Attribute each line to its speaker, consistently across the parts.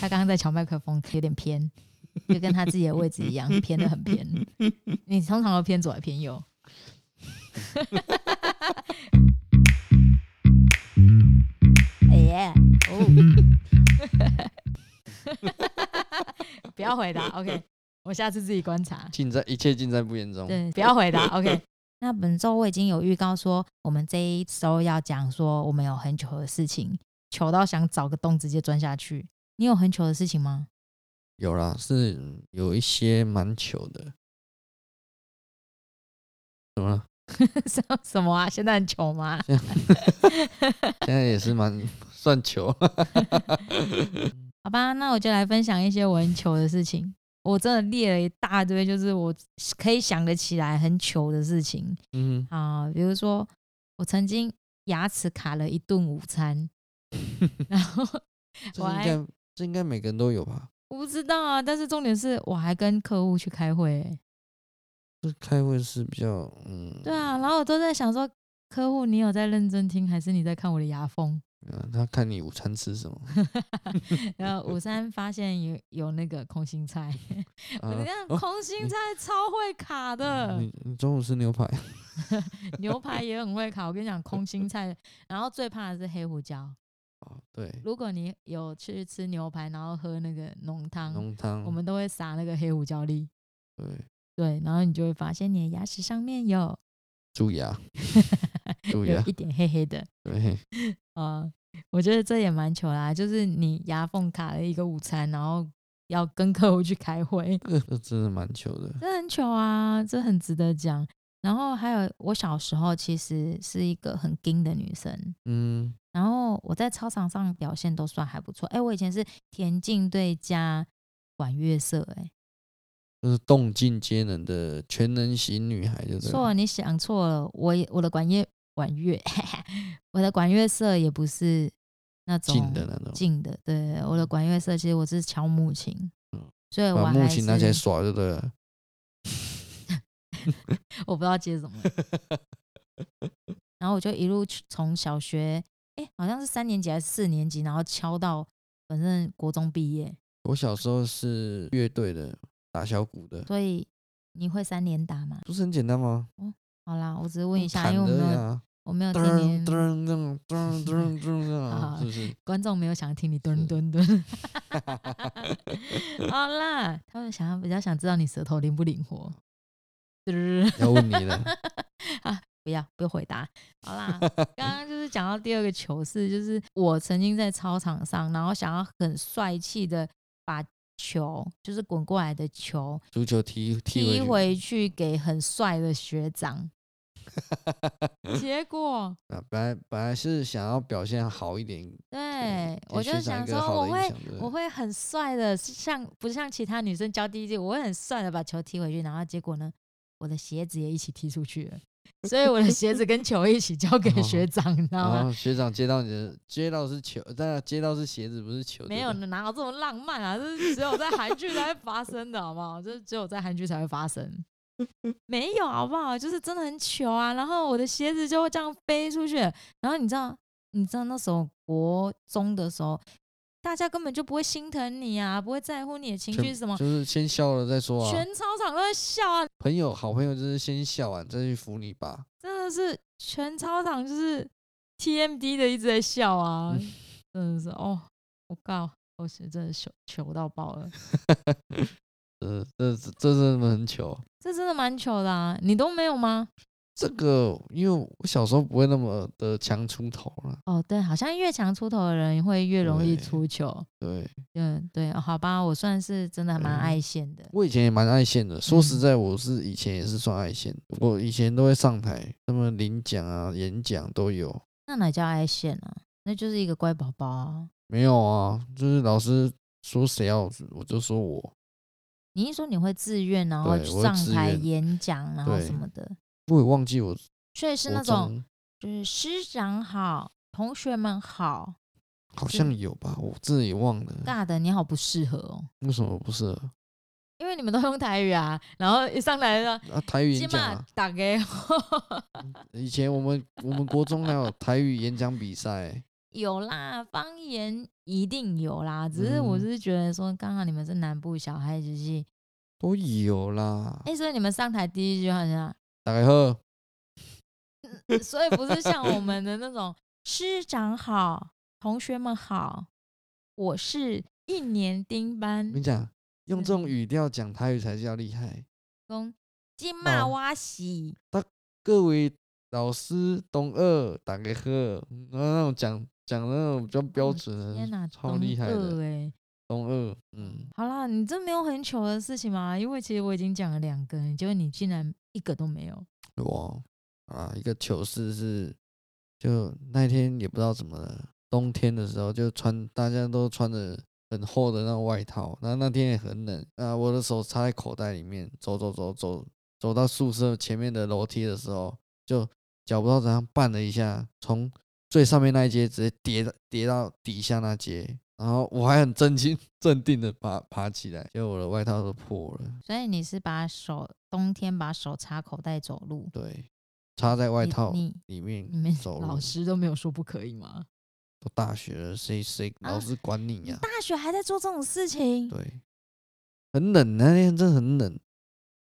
Speaker 1: 他刚刚在抢麦克风，有点偏，就跟他自己的位置一 样，偏的很偏。你通常都偏左还偏右？ 哎耶！哦， 不要回答，OK，我下次自己观察。
Speaker 2: 尽在一切尽在不言中。
Speaker 1: 对，不要回答。OK。那本周我已经有预告说，我们这一周要讲说我们有很久的事情，糗到想找个洞直接钻下去。你有很糗的事情吗？
Speaker 2: 有啦，是有一些蛮糗的。怎么了？
Speaker 1: 什什么啊？现在很糗吗？
Speaker 2: 现在也是蛮 算糗。
Speaker 1: 好吧，那我就来分享一些我很糗的事情。我真的列了一大堆，就是我可以想得起来很糗的事情
Speaker 2: 嗯，
Speaker 1: 啊，比如说我曾经牙齿卡了一顿午 餐，然后
Speaker 2: 这
Speaker 1: 我
Speaker 2: 应
Speaker 1: 还
Speaker 2: 该这应该每个人都有吧？
Speaker 1: 我不知道啊，但是重点是我还跟客户去开会、欸。
Speaker 2: 这开会是比较嗯，
Speaker 1: 对啊，然后我都在想说，客户你有在认真听，还是你在看我的牙缝？
Speaker 2: 嗯，他看你午餐 吃什么
Speaker 1: 然后午餐发现有有那个空心菜，我
Speaker 2: 啊
Speaker 1: 跟你？看
Speaker 2: 哦嗯
Speaker 1: 空心菜超会卡的，
Speaker 2: 你你中午吃牛排？
Speaker 1: 牛排也很会卡。我跟你讲，空心菜，然后最怕的是黑胡椒。
Speaker 2: 哦，对，
Speaker 1: 如果你有去吃牛排，然后喝那个浓汤，
Speaker 2: 浓汤。
Speaker 1: 我们都会撒那个黑胡椒粒。
Speaker 2: 对
Speaker 1: 对，然后你就会发现你的牙齿上面有
Speaker 2: 蛀牙，蛀
Speaker 1: 有
Speaker 2: 牙
Speaker 1: 一，点黑黑的。
Speaker 2: 对，
Speaker 1: 啊，我觉得这也蛮糗啦，就是你牙缝卡了一个午餐，然后要跟客户去开会，
Speaker 2: 这这真的蛮糗的。
Speaker 1: 这很糗啊，这很值得讲。然后还有，我小时候其实是一个很硬的女生，
Speaker 2: 嗯，
Speaker 1: 然后我在操场上表现都算还不错。哎、我以前是田径队加管乐社、哎，
Speaker 2: 就是动静皆能的全能型女孩，就对
Speaker 1: 错
Speaker 2: 了。
Speaker 1: 了，你想错了，我也我的管乐管乐， 我的管乐社也不是那种
Speaker 2: 静的那种，
Speaker 1: 近的，对，我的管乐社其实我是敲木琴
Speaker 2: 嗯，
Speaker 1: 所以我
Speaker 2: 把
Speaker 1: 还
Speaker 2: 木
Speaker 1: 是
Speaker 2: 琴拿起来耍就对了。
Speaker 1: 我不知道接 什么，然后我就一路去从小学，哎、好像是三年级还是四年级，然后敲到反正国中毕业，
Speaker 2: 我小时候是乐队的，打小鼓的，
Speaker 1: 所以你会三连打吗？
Speaker 2: 不是很简单吗？
Speaker 1: 好啦，我只是问一下，
Speaker 2: 弹
Speaker 1: 因为我
Speaker 2: 的
Speaker 1: 没有
Speaker 2: 嗯呀，
Speaker 1: 我没有
Speaker 2: 噔
Speaker 1: 听
Speaker 2: 噔
Speaker 1: 你，啊
Speaker 2: 噔噔噔 噔这样，是不是？
Speaker 1: 观众没有想听你蹲
Speaker 2: 是
Speaker 1: 蹲蹲， 好啦，他们想要比较想知道你舌头灵不灵活。
Speaker 2: 要问你了，
Speaker 1: 啊，不要不要回答，好啦。刚刚就是讲到第二个糗事，就是我曾经在操场上，然后想要很帅气的把球，就是滚过来的球
Speaker 2: 足球踢
Speaker 1: 踢
Speaker 2: 踢回去
Speaker 1: 回去给很帅的学长，结果
Speaker 2: 啊！本来本来是想要表现好一点，哎
Speaker 1: 对
Speaker 2: 给
Speaker 1: 哎我就
Speaker 2: 学长
Speaker 1: 想
Speaker 2: 一个
Speaker 1: 说
Speaker 2: 好
Speaker 1: 我
Speaker 2: 的印
Speaker 1: 会
Speaker 2: 象，对
Speaker 1: 我
Speaker 2: 不对
Speaker 1: 会很帅的，像不像其他女生教第一季，我会很帅的把球踢回去，然后结果呢，我的鞋子也一起踢出去了，所以我的鞋子跟球一起交给
Speaker 2: 哦
Speaker 1: 学长，你知道吗
Speaker 2: 然？后学长接到你的，接到是球，当然接到是鞋子，不是球。
Speaker 1: 没有，
Speaker 2: 对不对
Speaker 1: 哪有这么浪漫啊？这是只有在韩剧才会发生的，好不好？这只有在韩剧才会发 生，没有，好不好？就是真的很糗啊！然后我的鞋子就会这样飞出去，然后你知道，你知道那时候国中的时候，大家根本就不会心疼你啊，不会在乎你的情绪
Speaker 2: 全
Speaker 1: 是什么，
Speaker 2: 就是先笑了再说啊
Speaker 1: 全。操场都在笑啊！
Speaker 2: 朋友，好朋友就是先笑完再去扶你吧。
Speaker 1: 真的是全操场就是 TMD 的一直在笑啊，
Speaker 2: 嗯
Speaker 1: 真的是哦，我靠，我是真的糗糗到爆了。
Speaker 2: 呃，这这这真的很糗。
Speaker 1: 这真的蛮糗的、啊，你都没有吗？
Speaker 2: 这个因为我小时候不会那么的强出头了，
Speaker 1: 哦，对，好像越强出头的人会越容易
Speaker 2: 对
Speaker 1: 出糗。
Speaker 2: 对
Speaker 1: 嗯，对，好吧，我算是真的还蛮
Speaker 2: 嗯
Speaker 1: 爱现的。
Speaker 2: 我以前也蛮爱现的。说实
Speaker 1: 嗯
Speaker 2: 在，我是以前也是算爱现，我以前都会上台，那么领奖啊、演讲都有。
Speaker 1: 那哪叫爱现啊？那就是一个乖宝宝啊！
Speaker 2: 没有啊，就是老师说谁要我就说我，
Speaker 1: 你一说你会自愿，然后
Speaker 2: 对
Speaker 1: 去
Speaker 2: 我会
Speaker 1: 上
Speaker 2: 自
Speaker 1: 台
Speaker 2: 愿
Speaker 1: 演讲，然后
Speaker 2: 对
Speaker 1: 什么的，
Speaker 2: 我也忘记我
Speaker 1: 所以是
Speaker 2: 国
Speaker 1: 那种
Speaker 2: 中
Speaker 1: 就是师长好，同学们好，
Speaker 2: 好
Speaker 1: 是
Speaker 2: 像有吧，我自己忘了。
Speaker 1: 尬的你好不适合哦，
Speaker 2: 为什么不是啊？
Speaker 1: 因为你们都用台语啊，然后一上来 就
Speaker 2: 啊台语演
Speaker 1: 今
Speaker 2: 讲
Speaker 1: 嘛
Speaker 2: 啊，
Speaker 1: 打给我，
Speaker 2: 以前我们我们国中还有台语演讲比赛，
Speaker 1: 有啦，方言一定有啦，只是我
Speaker 2: 嗯
Speaker 1: 是觉得说，刚好你们是南部小孩，就是，
Speaker 2: 都有啦。
Speaker 1: 哎、所以你们上台第一句好像，呃
Speaker 2: 大家好，
Speaker 1: 所以不是像我们的那种师长好，同学们好，我是一年丁班
Speaker 2: 我跟，你讲，用
Speaker 1: 嗯
Speaker 2: 这种语调讲台语才叫厉害。
Speaker 1: 公金马
Speaker 2: 哦
Speaker 1: 哇喜，
Speaker 2: 各位老师、懂二，大家好，嗯那种讲讲那种比较标
Speaker 1: 哦
Speaker 2: 准
Speaker 1: 天哪，
Speaker 2: 的，嗯超厉害的。
Speaker 1: 哎、
Speaker 2: 懂二，嗯，
Speaker 1: 好啦，你这没有很糗的事情吗？因为其实我已经讲了两个，结果你竟然一个都没有。
Speaker 2: 我啊，一个糗事是，就那天也不知道怎么了，冬天的时候就穿，大家都穿的很厚的那种外套，然后那天也很冷啊，我的手插在口袋里面，走走走走走到宿舍前面的楼梯的时候，就脚不知道怎样绊了一下，从最上面那一阶直接跌到跌到底下那阶。然后我还很震惊、镇定的爬爬起来，结果我的外套都破了。
Speaker 1: 所以你是把手冬天把手插口袋走路，
Speaker 2: 对，插在外
Speaker 1: 你
Speaker 2: 套
Speaker 1: 你
Speaker 2: 里面
Speaker 1: 你们
Speaker 2: 走
Speaker 1: 老
Speaker 2: 路
Speaker 1: 师都没有说不可以吗？
Speaker 2: 都大学了，谁谁
Speaker 1: 啊
Speaker 2: 老师管你
Speaker 1: 你
Speaker 2: 呀、
Speaker 1: 大学还在做这种事情？
Speaker 2: 对，很冷，啊那天真的很冷。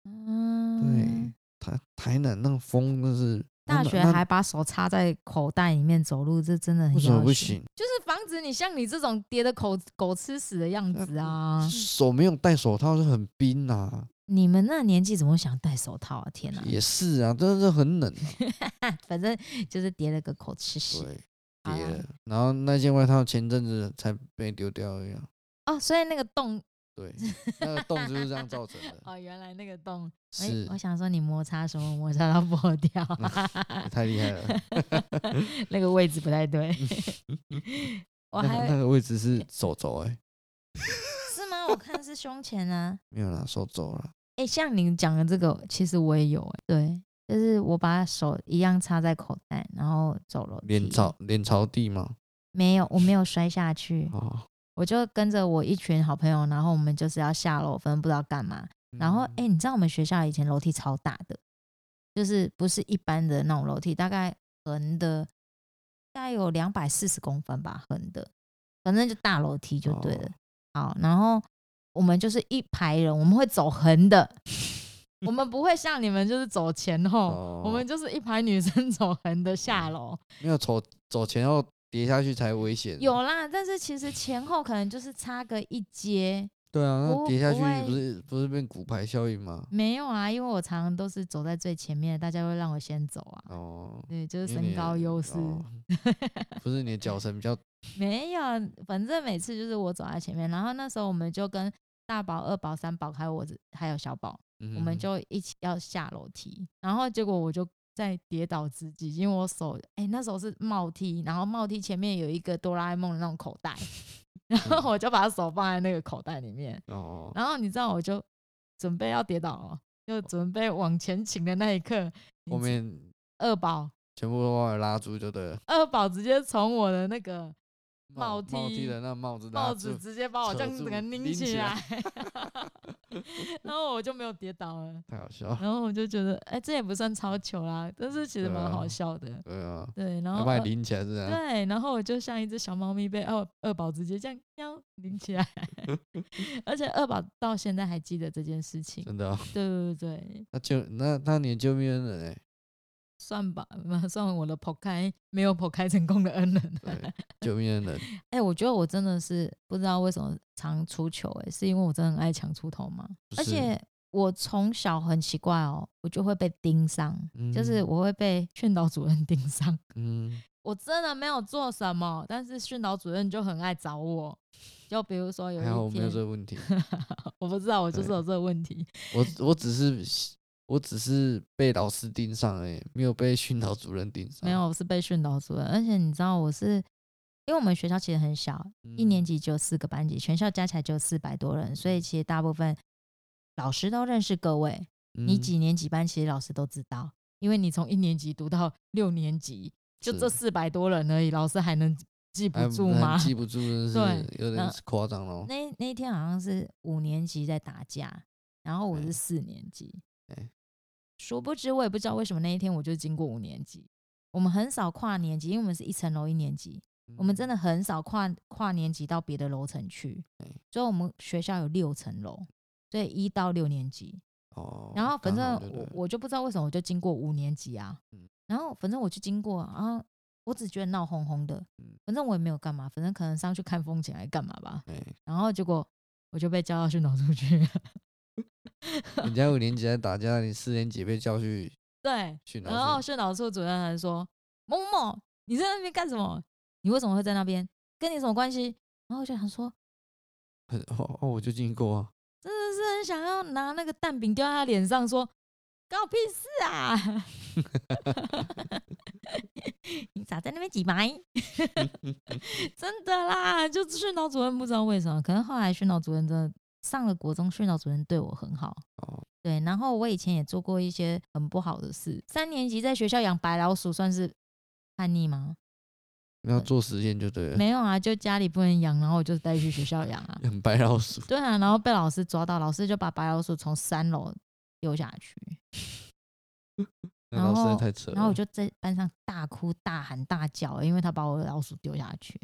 Speaker 1: 嗯
Speaker 2: 对，，台台南那个风真是，那
Speaker 1: 大
Speaker 2: 那
Speaker 1: 学
Speaker 2: 那
Speaker 1: 还把手插在口袋里面走路，这真的很
Speaker 2: 为什么
Speaker 1: 要
Speaker 2: 不
Speaker 1: 学？
Speaker 2: 行？
Speaker 1: 就是防止你像你这种跌的口狗吃屎的样
Speaker 2: 呃
Speaker 1: 子啊！
Speaker 2: 手没有戴手套是很冰啊，
Speaker 1: 你们那年纪怎么会想戴手套啊？天哪、
Speaker 2: 也是啊，真的是很冷啊、
Speaker 1: 反正就是跌了个口吃屎
Speaker 2: 对，
Speaker 1: 好
Speaker 2: 跌
Speaker 1: 啦
Speaker 2: 了。然后那件外套前阵子才被丢掉一样，
Speaker 1: 哦，所以那个洞
Speaker 2: 对，那个洞就是这样造成的，
Speaker 1: 哦，原来那个洞哎，
Speaker 2: 是
Speaker 1: 我想说你摩擦什么摩擦到破掉，
Speaker 2: 也太厉害了。
Speaker 1: 那个位置不太对。 我
Speaker 2: 嗯那个
Speaker 1: 还
Speaker 2: 那个位置是手肘哎、
Speaker 1: 是吗？我看是胸前啊。
Speaker 2: 没有啦，手肘啦。
Speaker 1: 哎、像你讲的这个，其实我也有哎、对，就是我把手一样插在口袋，然后走楼梯。
Speaker 2: 脸朝脸朝地嘛。
Speaker 1: 没有，我没有摔下去，
Speaker 2: 哦，
Speaker 1: 我就跟着我一群好朋友，然后我们就是要下楼，反正不知道干嘛。然后哎、诶
Speaker 2: 嗯
Speaker 1: 你知道我们学校以前楼梯超大的，就是不是一般的那种楼梯，大概横的大概有两百四十公分吧，横的，反正就大楼梯就对
Speaker 2: 哦
Speaker 1: 了。好，然后我们就是一排人，我们会走横 的，我们不会像你们就是走前后，我们
Speaker 2: 哦嗯
Speaker 1: 就是一排女生 走横的下楼。
Speaker 2: 没有走走前后跌下去才危险。
Speaker 1: 有啊啦，但是其实前后可能就是差个一阶，
Speaker 2: 对啊，
Speaker 1: 不
Speaker 2: 那跌下
Speaker 1: 不
Speaker 2: 去
Speaker 1: 会
Speaker 2: 不是不是变骨牌效应吗？
Speaker 1: 没有啊，因为我常常都是走在最前面，大家会让我先走啊。
Speaker 2: 哦，
Speaker 1: 对，就是
Speaker 2: 因为你
Speaker 1: 身
Speaker 2: 的
Speaker 1: 高优势。
Speaker 2: 哦不是你的脚程比较
Speaker 1: 没有，反正每次就是我走在前面，然后那时候我们就跟大宝、二宝、三宝，还有我这，还有小宝，
Speaker 2: 嗯哼，
Speaker 1: 我们就一起要下楼梯，然后结果我就在跌倒之际，因为我手，哎、那时候是帽梯，然后帽梯前面有一个哆啦 A 梦的那种口 袋，然后我就把手放在那个口袋里面，
Speaker 2: 嗯哦，
Speaker 1: 然后你知道我就准备要跌倒了，就准备往前倾的那一刻，你
Speaker 2: 后
Speaker 1: 知
Speaker 2: 面
Speaker 1: 二宝，
Speaker 2: 全部都把我拉住就对了。
Speaker 1: 二宝直接从我的那个。帽
Speaker 2: 帽帽
Speaker 1: 梯
Speaker 2: 的那帽子拉
Speaker 1: 帽子
Speaker 2: 住，
Speaker 1: 直接把我这
Speaker 2: 扯
Speaker 1: 样整
Speaker 2: 住
Speaker 1: 个拧
Speaker 2: 拎
Speaker 1: 起
Speaker 2: 起
Speaker 1: 来
Speaker 2: 来，
Speaker 1: 然后我就没有跌倒了。
Speaker 2: 太好笑了。
Speaker 1: 然后我就觉得，哎、这也不算超糗啦，但是其实
Speaker 2: 对
Speaker 1: 蛮好
Speaker 2: 啊
Speaker 1: 笑的。
Speaker 2: 对啊，
Speaker 1: 对， 然后
Speaker 2: 还
Speaker 1: 呃
Speaker 2: 把
Speaker 1: 二
Speaker 2: 你拎起来是这啊样。
Speaker 1: 对，然后我就像一只小猫咪被二二宝直接这样 喵拎起来，而且二宝到现在还记得这件事情。
Speaker 2: 真的哦、
Speaker 1: 对对对，
Speaker 2: 那就那那你的救命恩人哎、
Speaker 1: 算吧，算我的剖开没有剖开成功的恩人。
Speaker 2: 对，救命恩人，
Speaker 1: 哎、我觉得我真的是不知道为什么常出糗、欸，是因为我真的很爱抢出头吗？
Speaker 2: 不
Speaker 1: 而
Speaker 2: 是
Speaker 1: 且我从小很奇怪哦，我就会被盯上，就是
Speaker 2: 嗯
Speaker 1: 我会被训导主任盯上。
Speaker 2: 嗯，
Speaker 1: 我真的没有做什么，但是训导主任就很爱找我。就比如说有
Speaker 2: 还好我
Speaker 1: 一
Speaker 2: 没有
Speaker 1: 天
Speaker 2: 这，个问题。
Speaker 1: 我不知道，我就是
Speaker 2: 对
Speaker 1: 有这个问题。
Speaker 2: 我我只是喜我只是被老师盯上而已，没有被训导主任盯上。
Speaker 1: 没有，我是被训导主任，而且你知道我是。因为我们学校其实很小，
Speaker 2: 嗯，
Speaker 1: 一年级只有四个班级，全校加起来就四百多人，所以其实大部分老师都认识各位，你
Speaker 2: 嗯
Speaker 1: 几年几班，其实老师都知道，因为你从一年级读到 六年级，就这
Speaker 2: 是
Speaker 1: 四百多人而已，老师还能记不
Speaker 2: 哎
Speaker 1: 住
Speaker 2: 很
Speaker 1: 吗？
Speaker 2: 记不住真
Speaker 1: 对
Speaker 2: 是有
Speaker 1: 那
Speaker 2: 点夸张咯。
Speaker 1: 那那一天好像是五年级在打架，然后我是
Speaker 2: 哎
Speaker 1: 四年级
Speaker 2: 哎。
Speaker 1: 殊不知，我也不知道为什么那一天我就经过五年级。我们很少跨年级，因为我们是一层楼一年级，我们真的很少跨跨年级到别的楼层去
Speaker 2: 嗯对，
Speaker 1: 所以我们学校有六层楼，所以一到六年级。
Speaker 2: 哦，
Speaker 1: 然后反
Speaker 2: 刚
Speaker 1: 正
Speaker 2: 好就对
Speaker 1: 我
Speaker 2: 了
Speaker 1: 我就不知道为什么我就经过五年级啊
Speaker 2: 嗯，
Speaker 1: 然后反正我就经过啊，然后我只觉得闹哄哄的
Speaker 2: 嗯，
Speaker 1: 反正我也没有干嘛，反正可能上去看风景还干嘛吧。
Speaker 2: 哎，
Speaker 1: 然后结果我就被叫到训导处去，
Speaker 2: 人家五年级在打架，你四年级被叫去
Speaker 1: 对，
Speaker 2: 训
Speaker 1: 然后
Speaker 2: 导处，
Speaker 1: 训导处主任还说：“某某某，你在那边干什么？你为什么会在那边？跟你什么关系？”然后我就想说，
Speaker 2: 很哦哦，我就经过啊，
Speaker 1: 真的是很想要拿那个蛋饼丢在他脸上，说：“关我屁事啊！ 你咋在那边挤埋？”真的啦，就训导主任不知道为什么，可能后来训导主任真的上了国中，训导主任对我很好。
Speaker 2: 哦，
Speaker 1: 对，然后我以前也做过一些很不好的事。三年级在学校养白老鼠算是叛逆吗？
Speaker 2: 要做实验就对了，。
Speaker 1: 没有啊，就家里不能养，然后我就带去学校养啊
Speaker 2: 很白老鼠，
Speaker 1: 对啊，然后被老师抓到，老师就把白老鼠从三楼丢下去，
Speaker 2: 那
Speaker 1: 然
Speaker 2: 老师也
Speaker 1: 后
Speaker 2: 太扯了，
Speaker 1: 然后我就在班上大哭、大喊、大叫，因为他把我的老鼠丢下去。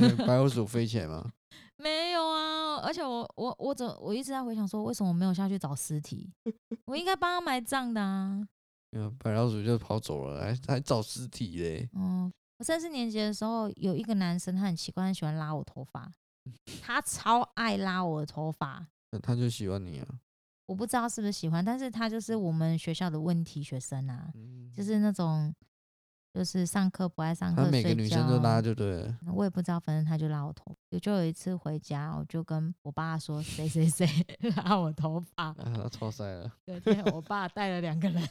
Speaker 2: 那哎白老鼠飞起来嘛，
Speaker 1: 没有啊，而且我我我怎我一直在回想说，为什么我没有下去找尸体？我应该帮他埋葬的啊。
Speaker 2: 嗯，白老鼠就跑走了，还还找尸体嘞，
Speaker 1: 哦，我三四年级的时候，有一个男生，他很奇怪，很喜欢拉我头发，他超爱拉我的头发。
Speaker 2: 那他就喜欢你啊，
Speaker 1: 我不知道是不是喜欢，但是他就是我们学校的问题学生啊，
Speaker 2: 嗯
Speaker 1: 就是那种就是上课不爱上课，
Speaker 2: 他每个
Speaker 1: 睡
Speaker 2: 女生都拉
Speaker 1: 觉嗯
Speaker 2: 就对了，
Speaker 1: 我也不知道，反正他就拉我头。就就有一次回家，我就跟我爸说谁谁谁 拉我头发，
Speaker 2: 啊，他超晒了，
Speaker 1: 隔天我爸带了两个人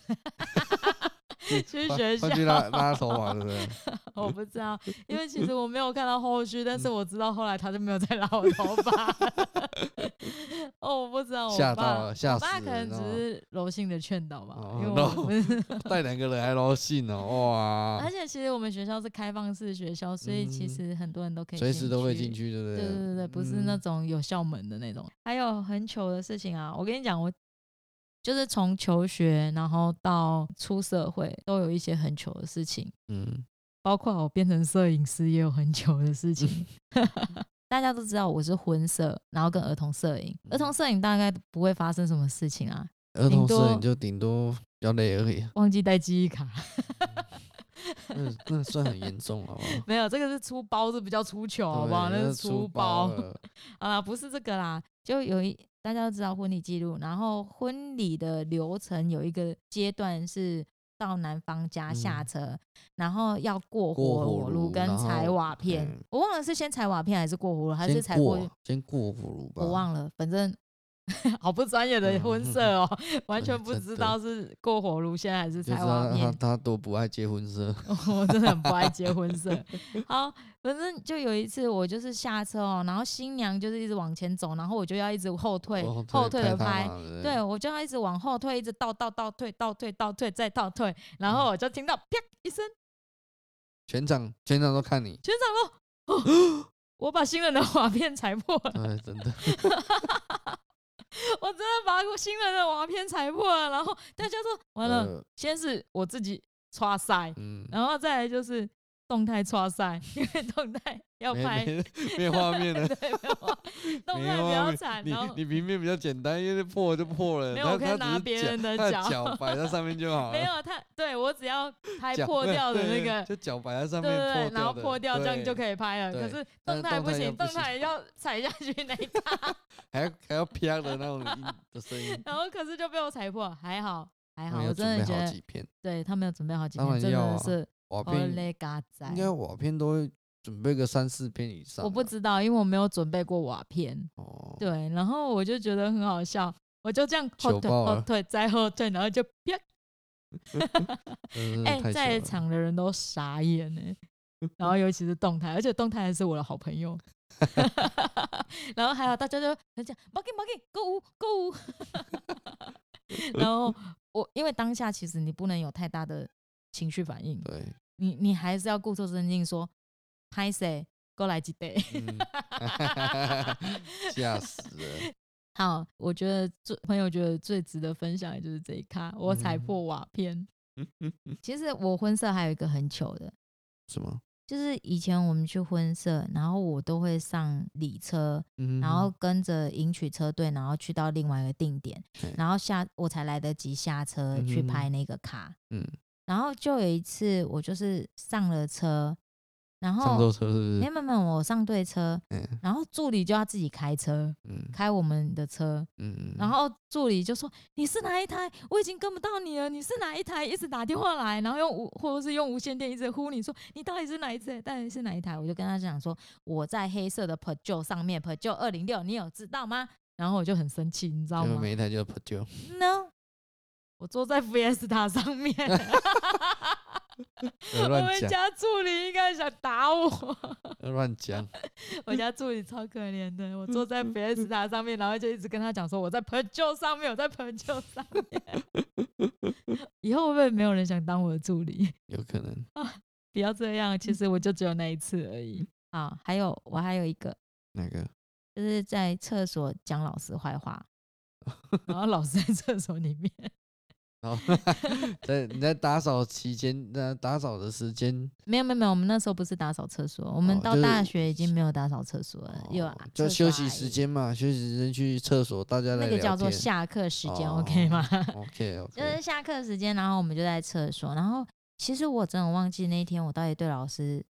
Speaker 1: 去
Speaker 2: 换
Speaker 1: 学校
Speaker 2: 换去拉拉头 发对不对？
Speaker 1: 我不知道，因为 其实我没有看到后续，但
Speaker 2: 嗯
Speaker 1: 是我知道后来他就没有再拉我头发了。 哦，我不知道，我
Speaker 2: 吓
Speaker 1: 爸
Speaker 2: 到了吓
Speaker 1: 我爸
Speaker 2: 死
Speaker 1: 可能
Speaker 2: 人
Speaker 1: 只
Speaker 2: 哦
Speaker 1: 是柔性的劝导吧，
Speaker 2: 哦
Speaker 1: 因为我们、
Speaker 2: 带两个人还捞信哦，
Speaker 1: 而
Speaker 2: 哇，
Speaker 1: 且其实我们学校是开放式学校，所以其
Speaker 2: 嗯
Speaker 1: 实很多人都可以
Speaker 2: 随时都会
Speaker 1: 进
Speaker 2: 进。去，对不
Speaker 1: 对
Speaker 2: 对
Speaker 1: 对对对，不是那
Speaker 2: 嗯
Speaker 1: 种有校门的那种。还有很糗的事情啊，我跟你讲，我就是从求学，然后到出社会，都有一些很糗的事情。
Speaker 2: 嗯，
Speaker 1: 包括我变成摄影师也有很久的事 情。大家都知道我是婚摄，然后跟儿童摄影，儿
Speaker 2: 嗯
Speaker 1: 童摄影大概不会发生什么事情啊，
Speaker 2: 儿童
Speaker 1: 顶
Speaker 2: 摄
Speaker 1: 多
Speaker 2: 影就顶多比较累而已啊，
Speaker 1: 忘记带记忆卡
Speaker 2: 那那算很严重，好 不好？
Speaker 1: 没有，这个是粗包，这不叫出糗，好不好？
Speaker 2: 对
Speaker 1: 哦那是
Speaker 2: 粗
Speaker 1: 粗包
Speaker 2: 了
Speaker 1: 好啦，呃不是这个啦，就有一大家都知道婚礼记录，然后婚礼的流程有一个阶段是。到男方家下
Speaker 2: 嗯
Speaker 1: 车，然后要过
Speaker 2: 过
Speaker 1: 火
Speaker 2: 火
Speaker 1: 炉
Speaker 2: 炉
Speaker 1: 跟
Speaker 2: 然
Speaker 1: 踩
Speaker 2: 后
Speaker 1: 瓦片，
Speaker 2: 嗯
Speaker 1: 我忘了是先踩瓦片还是过火炉，还是
Speaker 2: 先
Speaker 1: 踩过
Speaker 2: 过先过火炉吧，
Speaker 1: 我忘了，反正 好不专业的
Speaker 2: 嗯
Speaker 1: 婚摄 哦，完全不
Speaker 2: 真
Speaker 1: 知
Speaker 2: 的
Speaker 1: 道是过火炉线还是
Speaker 2: 就知
Speaker 1: 踩
Speaker 2: 道
Speaker 1: 瓦
Speaker 2: 他
Speaker 1: 片。
Speaker 2: 他多不爱结婚色，
Speaker 1: 我真的很不爱结婚摄。好，反正就有一次我就是下车哦，然后新娘就是一直往前走，然后我就要一直后 退，
Speaker 2: 我
Speaker 1: 后退的
Speaker 2: 他
Speaker 1: 拍。
Speaker 2: 嘛，哦对不
Speaker 1: 对，我就要一直往后退，一直倒倒倒退，倒退倒退再倒退，然后我就听到啪一声，，
Speaker 2: 全场全场都看你
Speaker 1: 全场都， 哦我把新人的瓦片踩破了。
Speaker 2: 对，哎真的，
Speaker 1: 我真的把新人的瓦片踩破了，然后大家说完了，
Speaker 2: 呃
Speaker 1: 先是我自己刷塞，
Speaker 2: 嗯，
Speaker 1: 然后再来就是动态刷塞，因为动态要
Speaker 2: 没
Speaker 1: 拍，
Speaker 2: 没没有画面了。
Speaker 1: 对，没有啊动
Speaker 2: 没
Speaker 1: 态
Speaker 2: 有
Speaker 1: 比
Speaker 2: 啊
Speaker 1: 较
Speaker 2: 没
Speaker 1: 惨，
Speaker 2: 你
Speaker 1: 然后
Speaker 2: 你平面比较简单，因为破就破了，
Speaker 1: 没有我
Speaker 2: 他
Speaker 1: 可以
Speaker 2: 他只
Speaker 1: 拿
Speaker 2: 是
Speaker 1: 别
Speaker 2: 脚
Speaker 1: 人的
Speaker 2: 他
Speaker 1: 脚
Speaker 2: 脚摆在上面就好了。
Speaker 1: 没有他，对我只要拍
Speaker 2: 脚
Speaker 1: 破
Speaker 2: 对
Speaker 1: 掉的
Speaker 2: 对
Speaker 1: 那
Speaker 2: 对
Speaker 1: 个。
Speaker 2: 就脚摆在上
Speaker 1: 对
Speaker 2: 面破
Speaker 1: 对
Speaker 2: 掉
Speaker 1: 对，然后
Speaker 2: 的
Speaker 1: 破掉这样就
Speaker 2: 对
Speaker 1: 可以拍了。可
Speaker 2: 对
Speaker 1: 是动态
Speaker 2: 动
Speaker 1: 不
Speaker 2: 态又
Speaker 1: 行，
Speaker 2: 不
Speaker 1: 动
Speaker 2: 行
Speaker 1: 态要踩下去那一大，
Speaker 2: 还要还要啪的那种音的声音
Speaker 1: 。然哦后可是就被我踩破，还好还哎
Speaker 2: 他
Speaker 1: 好，
Speaker 2: 们
Speaker 1: 我
Speaker 2: 要
Speaker 1: 真
Speaker 2: 准备
Speaker 1: 的觉
Speaker 2: 好
Speaker 1: 得
Speaker 2: 几片，
Speaker 1: 对他没有准备好几
Speaker 2: 当
Speaker 1: 天，
Speaker 2: 然
Speaker 1: 真
Speaker 2: 要
Speaker 1: 的
Speaker 2: 啊
Speaker 1: 是
Speaker 2: 瓦
Speaker 1: 哦
Speaker 2: 片
Speaker 1: 嘞嘎仔，
Speaker 2: 应该瓦片都会准备个三四片以上啊。
Speaker 1: 我不知道，因为我没有准备过瓦片。
Speaker 2: 哦，
Speaker 1: 对，然后我就觉得很好笑，我就这样后
Speaker 2: 糗
Speaker 1: 退
Speaker 2: 爆
Speaker 1: 后
Speaker 2: 了
Speaker 1: 退再后退，然后就啪！
Speaker 2: 真的
Speaker 1: 哎、
Speaker 2: 是太
Speaker 1: 在
Speaker 2: 糗了，
Speaker 1: 场的人都傻眼呢、然后尤其是动态，而且动态还是我的好朋 友。然后还有大家就很讲 m a r k e t m a r k e t 购物购物。 然后我因为当下其实你不能有太大的情绪反应，
Speaker 2: 对，
Speaker 1: 你你还是要故作镇静说，拍谁过来几 杯。
Speaker 2: 嗯吓死了，
Speaker 1: 好，我觉得最朋友觉得最值得分享的就是这一咖，我踩
Speaker 2: 嗯
Speaker 1: 破瓦片。其实我婚色还有一个很糗的，
Speaker 2: 什么？
Speaker 1: 就是以前我们去婚社，然后我都会上礼车，
Speaker 2: 嗯，
Speaker 1: 然后跟着迎娶车队，然后去到另外一个定点
Speaker 2: 嘿，
Speaker 1: 然后下我才来得及下车去
Speaker 2: 嗯哼
Speaker 1: 拍那个卡。
Speaker 2: 嗯，
Speaker 1: 然后就有一次我就是上了车，然
Speaker 2: 上
Speaker 1: 后
Speaker 2: 错车是不
Speaker 1: 没
Speaker 2: 是？
Speaker 1: 有没有没有我上对车，
Speaker 2: 嗯
Speaker 1: 然后助理就要自己开车，
Speaker 2: 嗯
Speaker 1: 开我们的车，
Speaker 2: 嗯嗯，
Speaker 1: 然后助理就说你是哪一台？我已经跟不到你了，你是哪一台？一直打电话来，然后用无或者是用无线电一直呼你说你到底是哪一台？到底是哪一台？我就跟他讲说我在黑色的 Peugeot 上面，Peugeot 二零六，你有知道吗？然后我就很生气，你知道
Speaker 2: 就
Speaker 1: 吗
Speaker 2: 每一台就 p 就
Speaker 1: ？No，我坐在 Fiesta 上 面。我
Speaker 2: 乱
Speaker 1: 们
Speaker 2: 讲
Speaker 1: 家助理应该想打我，
Speaker 2: 乱 讲，
Speaker 1: 我家助理超可怜的。我坐在 Fiesta 上面，然后就一直跟他讲说我在 Peugeot 上面，我在 Peugeot 上面。 以后会不会没有人想当我的助理？
Speaker 2: 有可能
Speaker 1: 不要这样，其实我就只有那一次而已。啊，还有我还有一个，
Speaker 2: 那个
Speaker 1: 就是在厕所讲老师坏话， 然后老师在厕所里面，
Speaker 2: 然后在你在打扫期间，那打扫的时间，
Speaker 1: 没有没有没有，我们那时候不是打扫厕所，我们
Speaker 2: 哦
Speaker 1: 到
Speaker 2: 就是
Speaker 1: 大学已经没有打扫厕所了，有
Speaker 2: 哦
Speaker 1: 啊
Speaker 2: 就
Speaker 1: 厕
Speaker 2: 休
Speaker 1: 所
Speaker 2: 息
Speaker 1: 阿
Speaker 2: 时
Speaker 1: 姨
Speaker 2: 间嘛，休息时间去厕所，大家来
Speaker 1: 那个叫
Speaker 2: 聊
Speaker 1: 做
Speaker 2: 天。哦
Speaker 1: 下课时间、o k 吗？
Speaker 2: OK
Speaker 1: 就
Speaker 2: OK，
Speaker 1: 是下课时间，然后我们就在厕所，然后其实我真的忘记那一天我到底对老师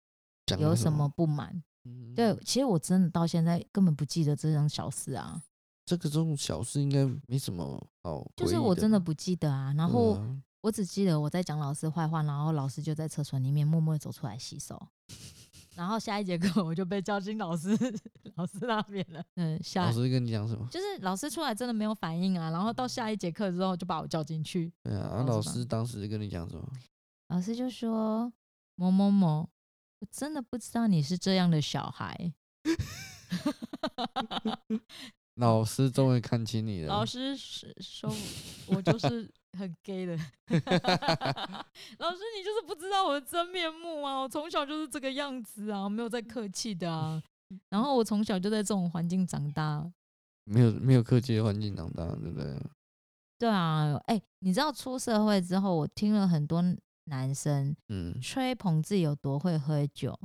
Speaker 2: 讲了
Speaker 1: 有什么？不满。
Speaker 2: 嗯
Speaker 1: 对，其实我真的到现在根本不记得这种小事啊，
Speaker 2: 这个这种小事应该没什么好回忆。
Speaker 1: 就是我真的不记得啊。然后
Speaker 2: 对啊
Speaker 1: 我只记得我在讲老师坏话，然后老师就在厕所里面默默地走出来洗手。然后下一节课我就被叫进老师老师那边了。嗯，下
Speaker 2: 老师跟你讲什么？
Speaker 1: 就是老师出来真的没有反应啊，然后到下一节课之后就把我叫进去，
Speaker 2: 对啊，啊
Speaker 1: 老
Speaker 2: 老
Speaker 1: 师
Speaker 2: 师当时跟你讲 什么？
Speaker 1: 老师就说：“某某某，我真的不知道你是这样的小孩。
Speaker 2: 老师终于看清你”了
Speaker 1: 老。师是说我：“我就是很 gay 的。” 老师，你就是不知道我的真面目啊！我从小就是这个样子啊，我没有在客气的啊。然后我从小就在这种环境长大。
Speaker 2: 没有没有客气的环境长大，对不对？
Speaker 1: 对啊，哎、你知道出社会之后，我听了很多男生
Speaker 2: 嗯，
Speaker 1: 吹捧自己有多会喝酒，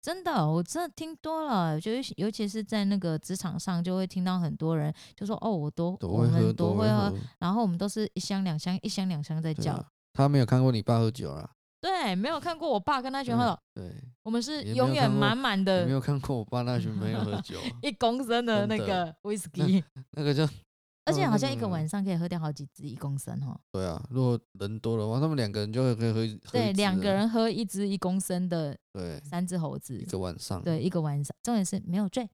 Speaker 1: 真的，我真的听多了，就是尤其是在那个职场上，就会听到很多人就说：“哦，我多
Speaker 2: 都
Speaker 1: 我
Speaker 2: 会喝，
Speaker 1: 们
Speaker 2: 都
Speaker 1: 多
Speaker 2: 会
Speaker 1: 会喝。
Speaker 2: 喝。”
Speaker 1: 然后我们都是一箱两箱，一箱两箱在
Speaker 2: 对
Speaker 1: 叫。
Speaker 2: 啊，他没有看过你爸喝酒啊？
Speaker 1: 对，没有看过我爸跟他群
Speaker 2: 对
Speaker 1: 喝酒，
Speaker 2: 对，
Speaker 1: 我们是
Speaker 2: 也没
Speaker 1: 永
Speaker 2: 有
Speaker 1: 远
Speaker 2: 看过
Speaker 1: 满满
Speaker 2: 你没
Speaker 1: 的
Speaker 2: 有看过我爸那群朋友 喝酒啊，
Speaker 1: 一公升的
Speaker 2: 真
Speaker 1: 那
Speaker 2: 的
Speaker 1: 个 whisky，
Speaker 2: 那个就
Speaker 1: 而且
Speaker 2: 那
Speaker 1: 好
Speaker 2: 个
Speaker 1: 像一个
Speaker 2: 嗯
Speaker 1: 晚上可以喝掉好几支一公升哦。
Speaker 2: 对啊。如果人多的话，他们两个人就会可以喝一喝一
Speaker 1: 对，
Speaker 2: 支
Speaker 1: 两
Speaker 2: 啊
Speaker 1: 个人喝一支一公升的
Speaker 2: 对
Speaker 1: 三只猴子
Speaker 2: 嗯一，个晚上
Speaker 1: 对，一个晚上，重点是没有醉。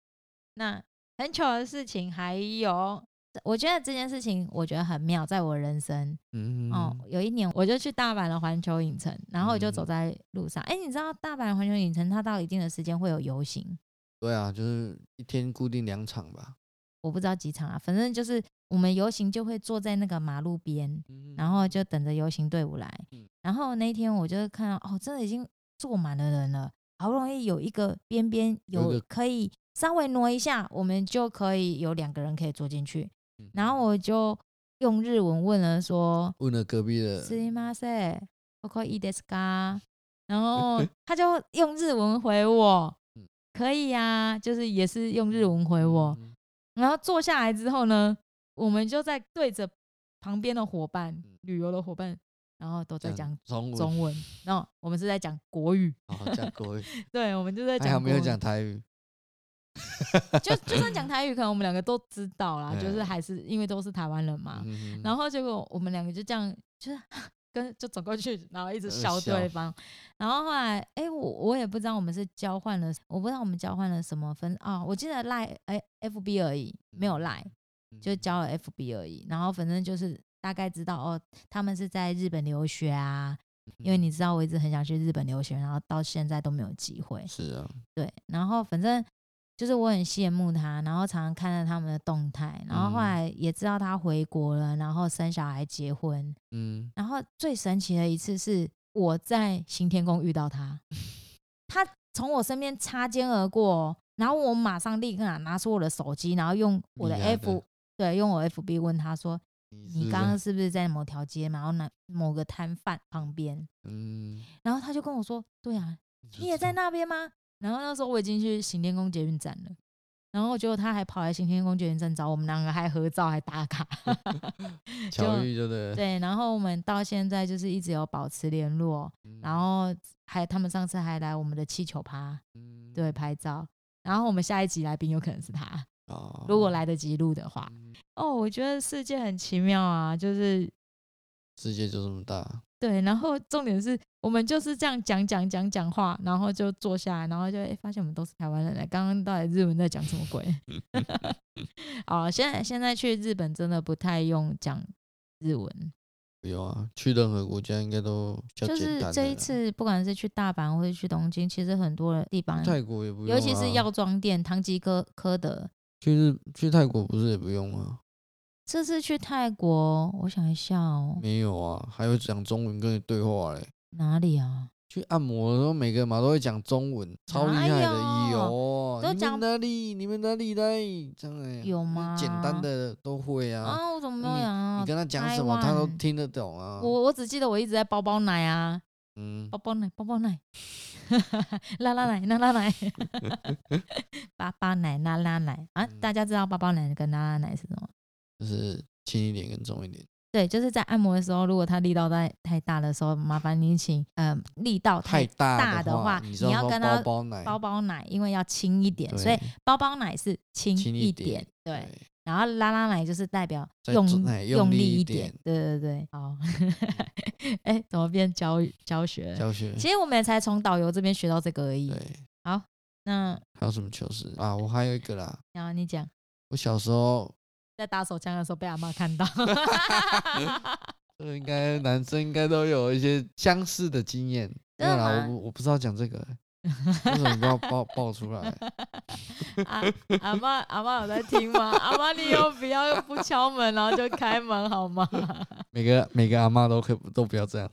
Speaker 1: 那很糗的事情还有，我觉得这件事情我觉得很妙，在我人生
Speaker 2: 嗯
Speaker 1: 哦，有一年我就去大阪的环球影城，然后我就走
Speaker 2: 嗯
Speaker 1: 在路上，哎、你知道大阪环球影城它到一定的时间会有游行，
Speaker 2: 对啊，就是一天固定两场吧。
Speaker 1: 我不知道几场啊，反正就是我们游行就会坐在那个马路边，然后就等着游行队伍来
Speaker 2: 嗯。
Speaker 1: 然后那一天我就看到，哦，真的已经坐满了人了，好不容易有一个边边
Speaker 2: 有一
Speaker 1: 有
Speaker 2: 个
Speaker 1: 可以稍微挪一下，我们就可以有两个人可以坐进去。
Speaker 2: 嗯
Speaker 1: 然后我就用日文问了说
Speaker 2: 问了隔壁
Speaker 1: “
Speaker 2: 的，
Speaker 1: すみません、ここいいですか？”然 后他就用日文回我
Speaker 2: 嗯。
Speaker 1: 可以啊，就是也是用日文回我，
Speaker 2: 嗯，
Speaker 1: 然后坐下来之后呢，我们就在对着旁边的伙伴
Speaker 2: 嗯、
Speaker 1: 旅游的伙伴，然后都在讲
Speaker 2: 中文，
Speaker 1: 中文，然后我们是在讲国语，
Speaker 2: 哦讲国语，
Speaker 1: 对，我们就在
Speaker 2: 还好
Speaker 1: 讲
Speaker 2: 没
Speaker 1: 国
Speaker 2: 有
Speaker 1: 语，
Speaker 2: 讲台语。
Speaker 1: 就 就算讲台语，可能我们两个都知道啦，就是
Speaker 2: 嗯
Speaker 1: 还是因为都是台湾人嘛。
Speaker 2: 嗯
Speaker 1: 啊然后结果我们两个就这样，就是 跟就走过去，然后一直
Speaker 2: 呃
Speaker 1: 笑
Speaker 2: 笑
Speaker 1: 对方。然后后来，哎、我我也不知道我们是交换了，我不知道我们交换了什么分啊、我记得赖哎、FB 而已，没
Speaker 2: 嗯
Speaker 1: 有赖。就交了 FB 而已。然后反正就是大概知道哦，他们是在日本留学啊，因为
Speaker 2: 嗯
Speaker 1: 你知道我一直很想去日本留学，然后到现在都没有机会。
Speaker 2: 是啊，
Speaker 1: 对，然后反正就是我很羡慕他，然后常常看到他们的动态，然后后
Speaker 2: 嗯
Speaker 1: 来也知道他回国了，然后生小孩、结婚。
Speaker 2: 嗯，
Speaker 1: 然后最神奇的一次是我在行天宫遇到他，他从我身边擦肩而过哦，然后我马上立刻啊拿出我的手机，然后用我的
Speaker 2: 厉害的
Speaker 1: F 对，用我 FB 问他说：“
Speaker 2: 你
Speaker 1: 你
Speaker 2: 是
Speaker 1: 刚刚
Speaker 2: 在
Speaker 1: 是不是在某条街嘛？然后那某个摊贩旁边
Speaker 2: 嗯，？”
Speaker 1: 然后他就跟我说：“对啊，
Speaker 2: 就
Speaker 1: 你也
Speaker 2: 知
Speaker 1: 在
Speaker 2: 道
Speaker 1: 那边吗？然后那时候我已经去行天宫捷运站了，然后结果他还跑来行天宫捷运站找我们两个，还合照还打卡。
Speaker 2: 巧
Speaker 1: 就
Speaker 2: 遇，对不对？
Speaker 1: 对，然后我们到现在就是一直有保持联络，
Speaker 2: 嗯
Speaker 1: 然后还他们上次还来我们的气球趴，
Speaker 2: 嗯
Speaker 1: 对，拍照。然后我们下一集来宾有可能是他，
Speaker 2: 哦
Speaker 1: 如果来得及录的话。
Speaker 2: 嗯
Speaker 1: 哦，我觉得世界很奇妙啊，就是
Speaker 2: 世界就这么大，
Speaker 1: 对，然后重点是我们就是这样讲讲讲讲话，然后就坐下来，然后就诶发现我们都是台湾人嘞。刚刚到底日文在讲什么鬼？ 哦，现在现在去日本真的不太用讲日文，
Speaker 2: 不用啊，去任何国家应该都比较
Speaker 1: 就
Speaker 2: 简
Speaker 1: 是
Speaker 2: 单
Speaker 1: 这
Speaker 2: 的
Speaker 1: 一
Speaker 2: 啦
Speaker 1: 次不管是去大阪或者去东京，其实很多的地方，
Speaker 2: 泰国也不用、啊，
Speaker 1: 尤其是药妆店、唐吉诃诃德。
Speaker 2: 去日去泰国不是也不用吗？
Speaker 1: 这次去泰国，我想一下哦，
Speaker 2: 没有啊，还有讲中文跟你对话嘞。
Speaker 1: 哪里啊？
Speaker 2: 去按摩的时候，每个嘛都会讲中文，超厉害的，
Speaker 1: 哪有
Speaker 2: 有哦
Speaker 1: 都
Speaker 2: 你
Speaker 1: 讲
Speaker 2: 们哪里？你们哪里来？这样欸
Speaker 1: 有
Speaker 2: 就是
Speaker 1: 吗
Speaker 2: 简单的都会啊。
Speaker 1: 啊，我怎么没有
Speaker 2: 你
Speaker 1: 讲啊
Speaker 2: 你？跟他讲什么，他都
Speaker 1: Taiwan
Speaker 2: 听得懂啊。
Speaker 1: 我我只记得我一直在包包奶啊。
Speaker 2: 嗯
Speaker 1: 包，包奶，包包奶， 拉拉奶，拉拉 奶，巴巴奶，拉拉奶啊！
Speaker 2: 嗯
Speaker 1: 大家知道包包奶跟拉拉奶是什么？
Speaker 2: 就是轻一点跟重一点。
Speaker 1: 对，就是在按摩的时候，如果它力道太太大的时候，麻烦你请呃力道
Speaker 2: 太
Speaker 1: 太
Speaker 2: 大
Speaker 1: 大的
Speaker 2: 话，
Speaker 1: 话
Speaker 2: 你
Speaker 1: 你
Speaker 2: 知道
Speaker 1: 要
Speaker 2: 说
Speaker 1: 跟
Speaker 2: 包
Speaker 1: 他
Speaker 2: 包奶，
Speaker 1: 包包奶，因为要轻一点，
Speaker 2: 对
Speaker 1: 所以包包奶是轻
Speaker 2: 轻
Speaker 1: 一
Speaker 2: 点
Speaker 1: 点，，对。，然后拉拉奶就是代表
Speaker 2: 再
Speaker 1: 用
Speaker 2: 做哎用
Speaker 1: 用
Speaker 2: 力
Speaker 1: 力
Speaker 2: 一
Speaker 1: 一
Speaker 2: 点
Speaker 1: 点，对对
Speaker 2: 嗯
Speaker 1: 对，好。 哎，怎么变教育教学？
Speaker 2: 教学
Speaker 1: 其实我们也才从导游这边学到这个而已。
Speaker 2: 对。
Speaker 1: 那
Speaker 2: 还有什么糗事啊？我还有一个啦，
Speaker 1: 然后你讲。
Speaker 2: 我小时候，
Speaker 1: 在打手枪的时候被阿妈看到，
Speaker 2: 这呃个应该男生应该都有一些相似的经验。没
Speaker 1: 真的
Speaker 2: 有啦，我
Speaker 1: 吗
Speaker 2: 不我不知道讲这个欸，为什么你把我爆爆出 来？
Speaker 1: 啊、阿妈阿妈有在听吗？阿妈，你以后不要不敲门，然后就开门好吗？
Speaker 2: 每个每个阿妈都可以都不要这样，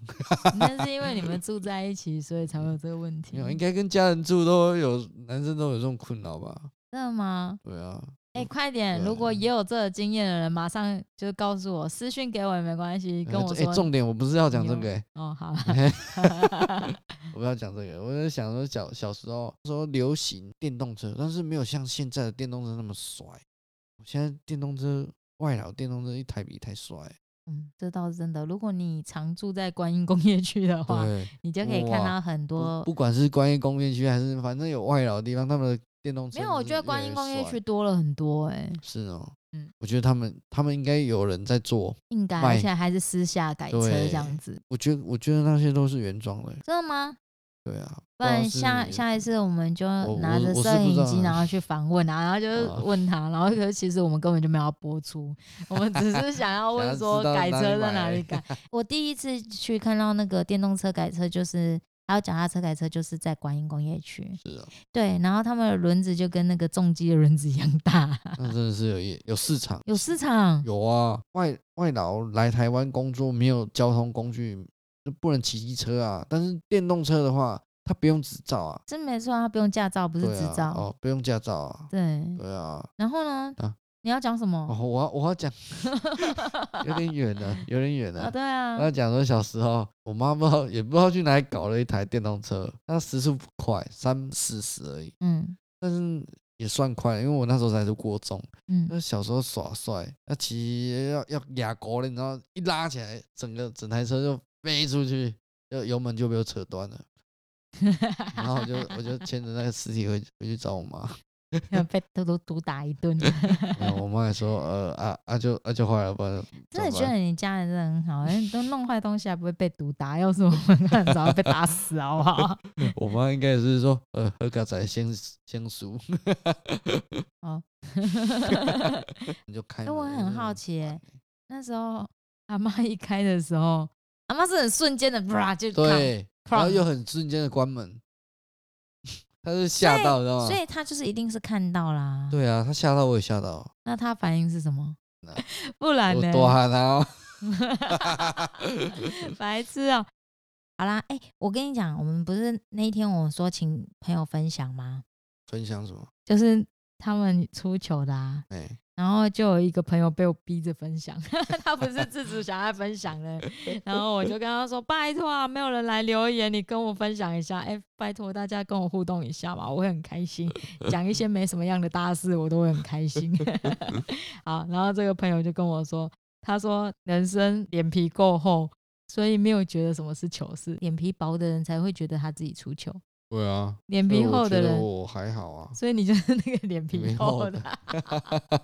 Speaker 1: 那是因为你们住在一起，所以才会有这个问题。
Speaker 2: 没有，应
Speaker 1: 真
Speaker 2: 该跟家人住都有，男生都有这种困扰吧？
Speaker 1: 的吗？
Speaker 2: 对啊，
Speaker 1: 哎、快点！
Speaker 2: 对啊
Speaker 1: 如果也有这个经验的人，马上就告诉我，私讯给我也没关系，跟
Speaker 2: 呃
Speaker 1: 我
Speaker 2: 这欸
Speaker 1: 说。
Speaker 2: 重点我不是要讲这
Speaker 1: 你
Speaker 2: 个、欸，
Speaker 1: 哦，好，
Speaker 2: 我不要讲这个，我在想说小小时候说流行电动车，但是没有像现在的电动车那么帅。我现在电动车外劳电动车一台比一台帅，
Speaker 1: 嗯，这倒是真的。如果你常住在观音工业区的话，
Speaker 2: 对，
Speaker 1: 你就可以看
Speaker 2: 哇
Speaker 1: 到很多
Speaker 2: 不不管是观音工业区还是反正有外劳的地方，他们的电动车
Speaker 1: 没有，我觉
Speaker 2: 就是
Speaker 1: 得
Speaker 2: 越
Speaker 1: 观
Speaker 2: 来
Speaker 1: 音
Speaker 2: 越
Speaker 1: 工业
Speaker 2: 帅
Speaker 1: 区多了很多哎、
Speaker 2: 是哦，
Speaker 1: 嗯
Speaker 2: 我觉得他们他们应该有人在做，
Speaker 1: 应该，
Speaker 2: 卖
Speaker 1: 而且还是私下改车
Speaker 2: 对
Speaker 1: 这样子，
Speaker 2: 我觉得我觉得那些都是原装的，
Speaker 1: 真的吗？
Speaker 2: 对啊，
Speaker 1: 不然
Speaker 2: 知道是
Speaker 1: 下下一次我们就
Speaker 2: 我
Speaker 1: 拿
Speaker 2: 我
Speaker 1: 着
Speaker 2: 我是
Speaker 1: 摄
Speaker 2: 不知
Speaker 1: 影
Speaker 2: 道
Speaker 1: 机，
Speaker 2: 啊
Speaker 1: 然后去访问啊，然后
Speaker 2: 啊
Speaker 1: 就问他，然后可是其实我们根本就没有要播出，我们只是想要
Speaker 2: 想要
Speaker 1: 问
Speaker 2: 知
Speaker 1: 说
Speaker 2: 道
Speaker 1: 改
Speaker 2: 哪
Speaker 1: 车
Speaker 2: 里
Speaker 1: 在哪
Speaker 2: 买
Speaker 1: 里改。我第一次去看到那个电动车改车，就是还有脚踏车改车，就是在观音工业区，
Speaker 2: 是哦，
Speaker 1: 对，然后他们的轮子就跟那个重机的轮子一样大，
Speaker 2: 那真的是有业有市场，
Speaker 1: 有市场，
Speaker 2: 有啊，外外劳来台湾工作没有交通工具，就不能骑机车啊。但是电动车的话，它不用执照啊，
Speaker 1: 真没错啊，他不用驾照，不是
Speaker 2: 对
Speaker 1: 执
Speaker 2: 啊，
Speaker 1: 照，嗯
Speaker 2: 哦，不用驾照啊，
Speaker 1: 对。
Speaker 2: 对啊。
Speaker 1: 然后呢？
Speaker 2: 啊
Speaker 1: 你要讲什
Speaker 2: 哦，
Speaker 1: 么？
Speaker 2: 我要我 要讲有点远了，有点远
Speaker 1: 啊，
Speaker 2: 了。
Speaker 1: 对
Speaker 2: 我要
Speaker 1: 啊，
Speaker 2: 讲说小时候，我妈不知道也不知道去哪里搞了一台电动车，它时速不快，三四十而已，
Speaker 1: 嗯
Speaker 2: 但是也算快，因为我那时候才是国中。那
Speaker 1: 嗯，
Speaker 2: 小时候耍帅，要骑要要压国了，你知道，一拉起来，整个整台车就飞出去，就油门就被我扯 断了。然后我就我就牵着那个尸体回去回去找我妈，呃
Speaker 1: 被都都毒打一 顿。
Speaker 2: 然后我妈还说，呃啊啊就啊就坏了，不然
Speaker 1: 真的
Speaker 2: 怎么
Speaker 1: 觉
Speaker 2: 办
Speaker 1: 得你家人真的很好， 人都弄坏东西还不会被毒打， 要是我们很早就被打死，好不好？
Speaker 2: 我妈应该也是说，呃，喝咖仔先先输， 你就 开
Speaker 1: 哎，
Speaker 2: 门。
Speaker 1: 哦我
Speaker 2: 真
Speaker 1: 很
Speaker 2: 的
Speaker 1: 好奇耶
Speaker 2: 烦，
Speaker 1: 那时候阿妈一开的时候，阿妈是很瞬间的，啪就看，
Speaker 2: 对，然后
Speaker 1: 砰
Speaker 2: 又很瞬间的关门， 她是吓到，你知道
Speaker 1: 所
Speaker 2: 吗？
Speaker 1: 以她就是一定是看到啦。
Speaker 2: 对啊，她吓到我也吓到，
Speaker 1: 那她反应是什么
Speaker 2: 那？
Speaker 1: 不然
Speaker 2: 我
Speaker 1: 呢？
Speaker 2: 多喊她哦。
Speaker 1: 白痴哦、好啦，哎、我跟你讲，我们不是那一天我说请朋友分享吗？
Speaker 2: 分享什么？
Speaker 1: 就是他们出糗的啊。
Speaker 2: 哎、
Speaker 1: 然后就有一个朋友被我逼着分享， 他不是自主想要分享 的，然后我就跟他说：“拜托啊，没有人来留言，你跟我分享一下，哎，拜托大家跟我互动一下嘛，我会很开心。讲一些没什么样的大事，我都会很开 心。”好，然后这个朋友就跟我说：“他说人生脸皮够厚，所以没有觉得什么是糗事，脸皮薄的人才会觉得他自己出糗，
Speaker 2: 对啊，
Speaker 1: 脸
Speaker 2: 所以
Speaker 1: 皮
Speaker 2: 我
Speaker 1: 厚
Speaker 2: 觉
Speaker 1: 的
Speaker 2: 得
Speaker 1: 人
Speaker 2: 我还好啊，
Speaker 1: 所以你就是那个脸皮
Speaker 2: 皮
Speaker 1: 厚
Speaker 2: 厚
Speaker 1: 的
Speaker 2: 的。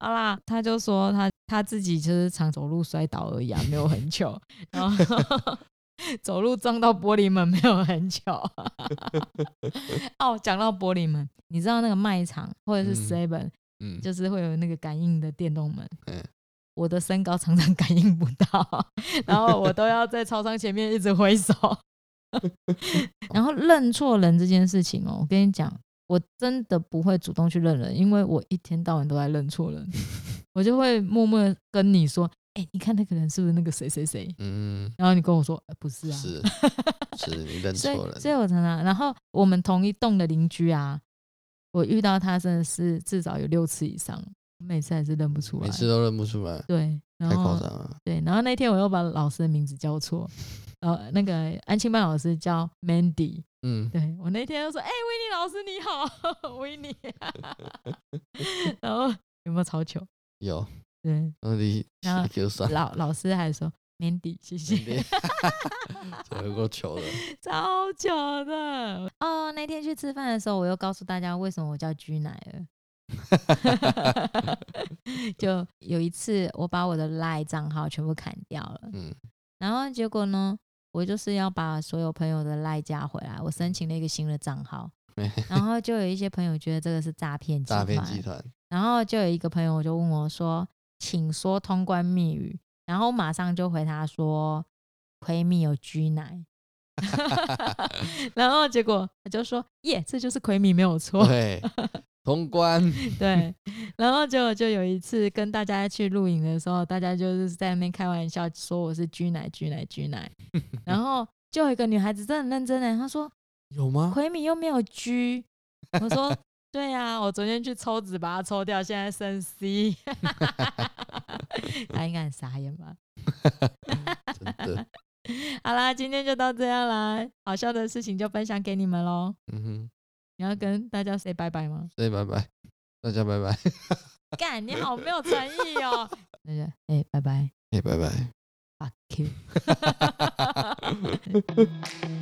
Speaker 1: 好啦，他就说他他自己就是常走路摔倒而已啊，没有很糗。 然后走路撞到玻璃门没有很糗。 哦，讲到玻璃门，你知道那个卖场或者是
Speaker 2: 嗯
Speaker 1: Seven，、
Speaker 2: 嗯，
Speaker 1: 就是会有那个感应的电动门。
Speaker 2: 嗯
Speaker 1: 我的身高常常感应不到， 然后我都要在超商前面一直挥 手。然后认错人这件事情哦，我跟你讲，我真的不会主动去认人，因为我一天到晚都在认错 人，我就会默默地跟你说：“哎、你看那个人是不是那个谁谁谁
Speaker 2: 嗯？”，
Speaker 1: 然后你跟我说：“呃不是啊。
Speaker 2: 是 是，你认
Speaker 1: 所
Speaker 2: 错
Speaker 1: 以，所以
Speaker 2: 了，
Speaker 1: 我常常，然后我们同一栋的邻居啊，我遇到他真的是至少有六次以上，每次还是认不出来。
Speaker 2: 每次都认不出来，
Speaker 1: 对，然
Speaker 2: 太夸
Speaker 1: 后
Speaker 2: 张了。
Speaker 1: 对，然后那天我又把老师的名字叫错，呃，那个安庆班老师叫 Mandy，
Speaker 2: 嗯，
Speaker 1: 对我那天就说，哎、维尼老师你好， 维尼， 然后有没有超糗？
Speaker 2: 有，
Speaker 1: 对，
Speaker 2: 然后你
Speaker 1: 然后
Speaker 2: Q 上，
Speaker 1: 老老师还说 Mandy 谢谢，
Speaker 2: 这有够糗 的，
Speaker 1: 超糗的。哦，那天去吃饭的时候，我又告诉大家为什么我叫居奶了。 就有一次，我把我的赖账号全部砍掉了，
Speaker 2: 嗯
Speaker 1: 然后结果呢，我就是要把所有朋友的赖加回来，我申请了一个新的账号，然后就有一些朋友觉得这个是诈骗集
Speaker 2: 诈
Speaker 1: 团，
Speaker 2: 骗集团，
Speaker 1: 然后就有一个朋友就问我说：“请说通关密语。”然后我马上就回他说：“闺蜜有居奶。” 然后结果他就说：“耶，这就是闺蜜没有错。”
Speaker 2: 对，通关，
Speaker 1: 对，然后就就有一次跟大家去露营的时候，大家就是在那边开玩笑说我是居奶居奶居奶，然后就有一个女孩子真的很认真欸的，她说
Speaker 2: 有吗？
Speaker 1: 奎米又没有居，我说对呀、我昨天去抽脂把它抽掉，现在剩 C，她应该很傻眼吧？
Speaker 2: 真的，
Speaker 1: 好啦，今天就到这样啦，好笑的事情就分享给你们喽。
Speaker 2: 嗯哼，
Speaker 1: 你要跟大家 say 拜拜吗？
Speaker 2: 所以拜拜，大家拜拜，
Speaker 1: 干，你好没有诚意哦。那就哎，拜拜
Speaker 2: 哎，拜拜。
Speaker 1: ，fuck you。